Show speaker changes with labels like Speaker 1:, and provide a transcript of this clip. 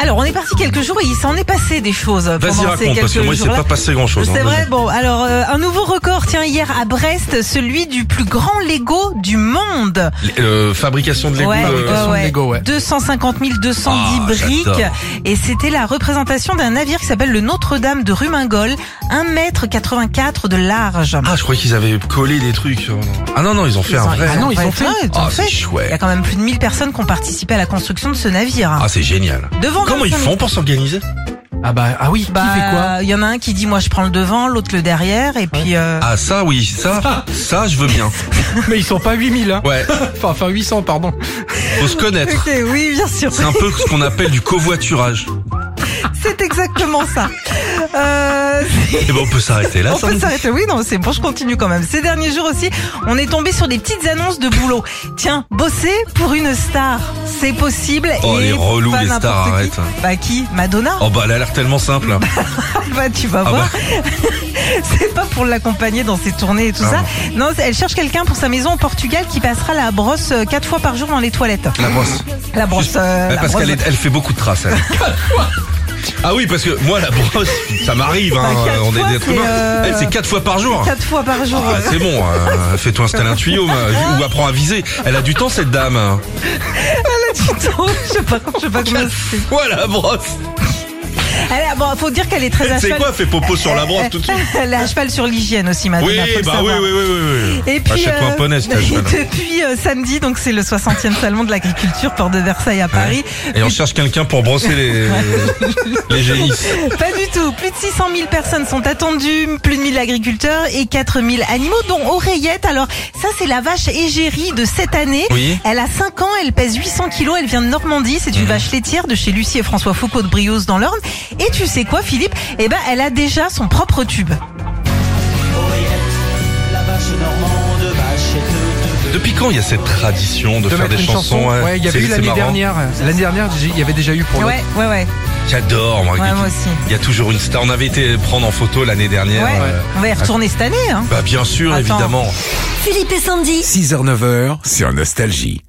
Speaker 1: Alors, on est parti quelques jours et il s'en est passé des choses pendant
Speaker 2: Vas-y,
Speaker 1: ces
Speaker 2: raconte,
Speaker 1: quelques
Speaker 2: parce que moi, il s'est
Speaker 1: jours-là.
Speaker 2: pas passé hein, grand chose.
Speaker 1: C'est vrai, bon, alors euh, un nouveau record, tiens, hier à Brest, celui du plus grand Lego du monde.
Speaker 2: fabrication de Lego.
Speaker 1: Ouais, ouais,
Speaker 2: euh,
Speaker 3: de
Speaker 1: ouais.
Speaker 3: Lego, ouais.
Speaker 1: 250 210
Speaker 2: Ah,
Speaker 1: briques.
Speaker 2: j'adore.
Speaker 1: Et c'était la représentation d'un navire qui s'appelle le Notre-Dame de Rumingol, 1m84 de large.
Speaker 2: Ah, je croyais qu'ils avaient collé des trucs. Ah non, non, ils ont fait
Speaker 1: Ils
Speaker 2: un
Speaker 1: ont-
Speaker 2: vrai.
Speaker 1: ah non, ils ont fait. ils ont
Speaker 2: Ah,
Speaker 1: fait.
Speaker 2: c'est
Speaker 1: Il y a
Speaker 2: chouette.
Speaker 1: quand même plus de 1000 personnes qui ont participé à la construction de ce navire.
Speaker 2: Ah, c'est génial.
Speaker 1: Devant
Speaker 2: Comment ils
Speaker 1: 25 000
Speaker 2: font pour s'organiser
Speaker 3: Ah bah ah oui,
Speaker 1: Bah,
Speaker 3: qui fait quoi
Speaker 1: Il y en a un qui dit moi je prends le devant, l'autre le derrière, et puis. euh,
Speaker 2: Ah, ça, oui, ça, ça, je veux bien.
Speaker 3: Mais ils sont pas 8000 hein.
Speaker 2: Ouais,
Speaker 3: Enfin, enfin 800 pardon.
Speaker 2: faut se connaître.
Speaker 1: ok, oui, bien sûr.
Speaker 2: C'est un peu ce qu'on appelle du covoiturage.
Speaker 1: C'est exactement ça. Euh,
Speaker 2: Et ben, on peut s'arrêter là,
Speaker 1: on
Speaker 2: ça.
Speaker 1: peut s'arrêter. Oui, non, c'est bon, je continue quand même. Ces derniers jours aussi, on est tombé sur des petites annonces de boulot. Tiens, bosser pour une star, c'est possible.
Speaker 2: Oh,
Speaker 1: et
Speaker 2: les relous,
Speaker 1: pas
Speaker 2: les
Speaker 1: n'importe
Speaker 2: stars,
Speaker 1: qui.
Speaker 2: arrête.
Speaker 1: Bah qui Madonna
Speaker 2: Oh bah, elle a l'air tellement simple. hein.
Speaker 1: Bah, tu vas
Speaker 2: Ah
Speaker 1: voir. c'est pas pour l'accompagner dans ses tournées et tout
Speaker 2: Ah
Speaker 1: ça. Non, elle cherche quelqu'un pour sa maison au Portugal qui passera la brosse euh, quatre fois par jour dans les toilettes.
Speaker 2: La brosse.
Speaker 1: La brosse. euh,
Speaker 2: Ouais,
Speaker 1: la
Speaker 2: parce
Speaker 1: brosse.
Speaker 2: qu'elle est- elle fait beaucoup de traces. elle. Ah oui, parce que moi, la brosse, ça m'arrive. hein,
Speaker 1: Bah, quatre
Speaker 2: on est
Speaker 1: fois,
Speaker 2: des êtres
Speaker 1: c'est,
Speaker 2: humains.
Speaker 1: euh,
Speaker 2: Elle, c'est quatre fois par jour.
Speaker 1: Quatre fois par jour.
Speaker 2: Ah, c'est bon, euh, fais-toi installer un tuyau ma- ou apprends à viser. Elle a du temps cette dame.
Speaker 1: je sais pas, je sais pas combien c'est.
Speaker 2: Voilà la brosse.
Speaker 1: Elle est- bon, faut dire qu'elle est très à
Speaker 2: C'est
Speaker 1: cheval.
Speaker 2: quoi fait popo sur la brosse tout de suite
Speaker 1: Elle est à cheval sur l'hygiène aussi, madame.
Speaker 2: Oui,
Speaker 1: faut le
Speaker 2: bah oui,
Speaker 1: savoir.
Speaker 2: oui, oui, oui, oui.
Speaker 1: Et puis,
Speaker 2: Achète-toi un
Speaker 1: euh,
Speaker 2: poney, si t'as cheval.
Speaker 1: depuis euh, samedi, donc c'est le 60e salon de l'agriculture, port de Versailles à Paris.
Speaker 2: Et on cherche quelqu'un pour brosser les, les génisses.
Speaker 1: Pas du tout. Plus de 600 000 personnes sont attendues, plus de 1000 agriculteurs et 4 000 animaux, dont Oreillette. Alors, ça, c'est la vache égérie de cette année.
Speaker 2: Oui.
Speaker 1: Elle a 5 ans, elle pèse 800 kilos, elle vient de Normandie. C'est une vache laitière de chez Lucie et François Foucault de Briose dans l'Orne. Et tu sais quoi, Philippe Eh ben, elle a déjà son propre tube.
Speaker 4: La vache normande, vachette de
Speaker 2: Depuis quand il y a cette tradition de,
Speaker 3: De
Speaker 2: faire
Speaker 3: mettre
Speaker 2: des
Speaker 3: une
Speaker 2: chansons hein
Speaker 3: chanson. Ouais, il y avait
Speaker 2: c'est-
Speaker 3: eu
Speaker 2: c'est
Speaker 3: l'année
Speaker 2: marrant.
Speaker 3: dernière. L'année dernière, j'ai- il y avait déjà eu pour
Speaker 1: Ouais, ouais, ouais.
Speaker 2: J'adore, moi.
Speaker 1: Ouais, moi aussi.
Speaker 2: Il y a toujours une star. On avait été prendre en photo l'année dernière.
Speaker 1: Ouais.
Speaker 2: euh,
Speaker 1: On va y retourner cette année, hein.
Speaker 2: Bah bien sûr,
Speaker 1: Attends.
Speaker 2: évidemment.
Speaker 5: Philippe et Sandy.
Speaker 3: 6h 9h
Speaker 6: Sur Nostalgie.